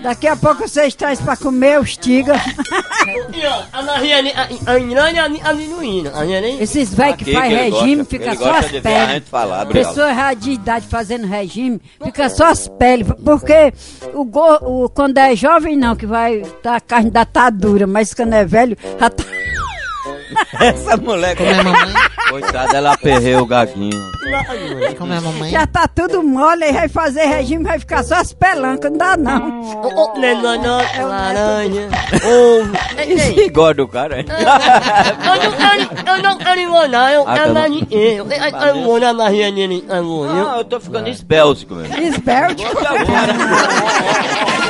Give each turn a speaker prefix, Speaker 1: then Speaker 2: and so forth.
Speaker 1: Daqui a pouco vocês trazem pra comer os tigas.
Speaker 2: E ó, a Mariane, a Ingrane, a Ninuína. A Ninuína.
Speaker 1: Esses velhos que
Speaker 3: Aqui
Speaker 1: faz
Speaker 3: que ele
Speaker 1: regime,
Speaker 3: gosta.
Speaker 1: fica
Speaker 3: Ele
Speaker 1: só
Speaker 3: gosta
Speaker 1: as
Speaker 3: de ver a
Speaker 1: pernas.
Speaker 3: gente falar, obrigado.
Speaker 1: Pessoa já de idade fazendo regime, fica só as peles, porque o, go- o- quando é jovem não, que vai, tá, a carne da tá dura, mas quando é velho, já tá...
Speaker 3: Essa mulher.
Speaker 4: Como é a mamãe?
Speaker 3: Coitada, ela aperreu o gaguinho.
Speaker 4: Como é a mamãe?
Speaker 1: Já tá tudo mole, aí vai fazer regime, vai ficar só as pelancas, não dá não.
Speaker 2: Nenonota, laranja, ovo. É, é.
Speaker 3: Que gosta do cara, hein?
Speaker 2: Eu não quero enganar, eu
Speaker 3: Ah, tá
Speaker 2: quero mais
Speaker 3: bom.
Speaker 2: dinheiro. Eu vou na Mariane, eu vou.
Speaker 3: Ah, Não, eu tô ficando espélsico, mesmo.
Speaker 1: Esbelte.
Speaker 3: Agora.